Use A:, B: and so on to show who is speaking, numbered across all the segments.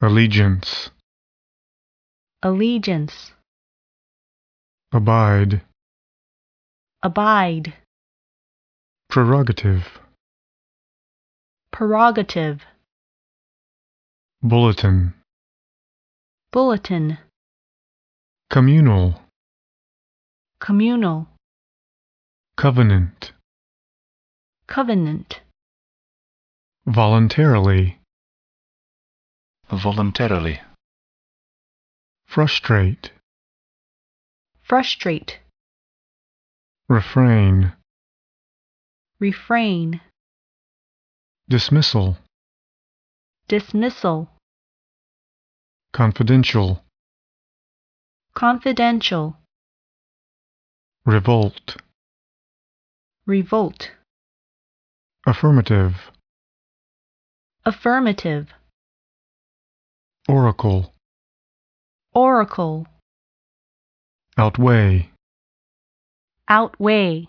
A: Allegiance.
B: allegiance,
A: Abide.
B: abide,
A: Prerogative.
B: prerogative,
A: Bulletin.
B: bulletin,
A: Communal.
B: communal,
A: Covenant.
B: covenant,
A: Voluntarily.
C: voluntarily,
A: Frustrate.
B: frustrate,
A: Refrain.
B: refrain,
A: Dismissal.
B: dismissal,
A: Confidential.
B: confidential,
A: Revolt.
B: revolt,
A: Affirmative.
B: affirmative,
A: Oracle.
B: oracle,
A: Outweigh.
B: outweigh,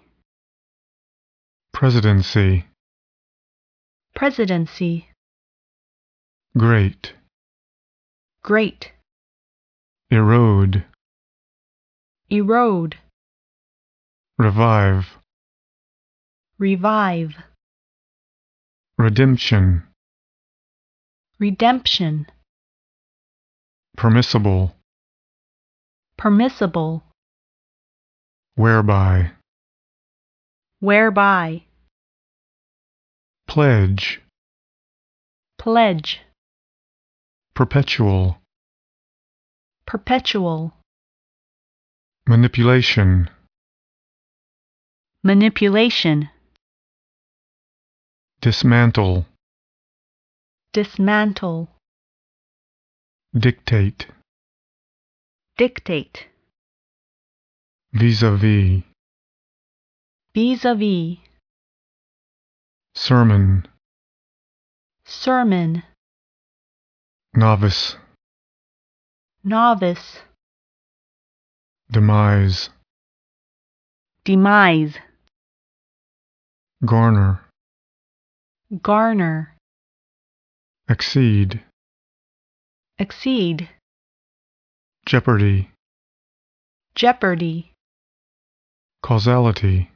A: Presidency.
B: presidency,
A: Great.
B: great,
A: Erode.
B: erode,
A: Revive.
B: revive,
A: Redemption.
B: redemption,
A: Permissible.
B: permissible,
A: Whereby.
B: whereby,
A: Pledge.
B: pledge,
A: Perpetual.
B: perpetual,
A: Manipulation.
B: manipulation,
A: Dismantle.
B: dismantle,
A: Dictate.
B: dictate,
A: Vis a vis.
B: vis-a-vis,
A: Sermon.
B: sermon,
A: Novice.
B: novice,
A: Demise.
B: demise,
A: Garner.
B: garner,
A: Exceed.
B: exceed,
A: Jeopardy.
B: jeopardy,
A: Causality.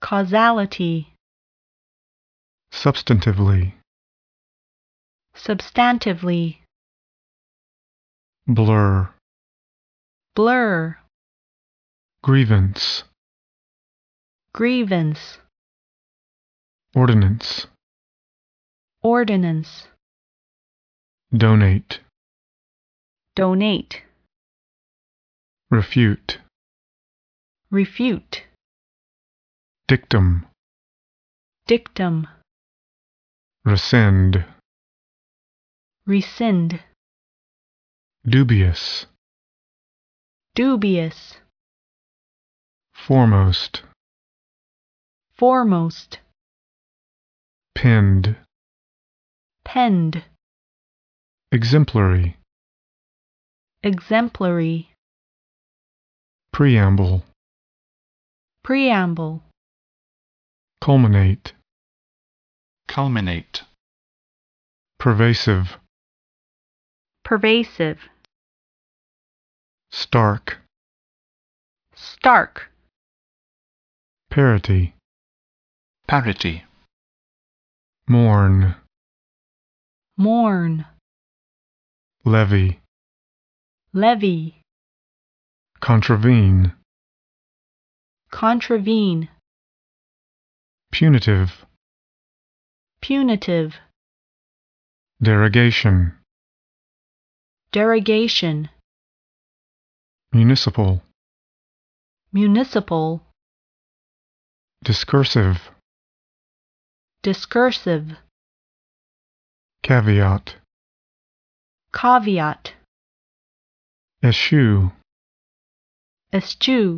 B: causality,
A: Substantively.
B: substantively,
A: Blur.
B: blur,
A: Grievance.
B: grievance,
A: Ordinance.
B: ordinance,
A: Donate.
B: donate,
A: Refute.
B: refute,
A: Dictum.
B: dictum,
A: Rescind.
B: rescind,
A: Dubious.
B: dubious,
A: Foremost.
B: foremost,
A: Pinned.
B: penned,
A: Exemplary.
B: exemplary,
A: Preamble.
B: preamble,
A: Culminate.
C: culminate,
A: Pervasive.
B: pervasive,
A: Stark.
B: stark,
A: Parity.
C: parity,
A: Mourn.
B: mourn,
A: Levy.
B: levy,
A: Contravene.
B: contravene,
A: Punitive.
B: punitive,
A: Derogation.
B: derogation,
A: Municipal.
B: municipal,
A: Discursive.
B: discursive,
A: Caveat.
B: caveat,
A: Eschew.
B: eschew,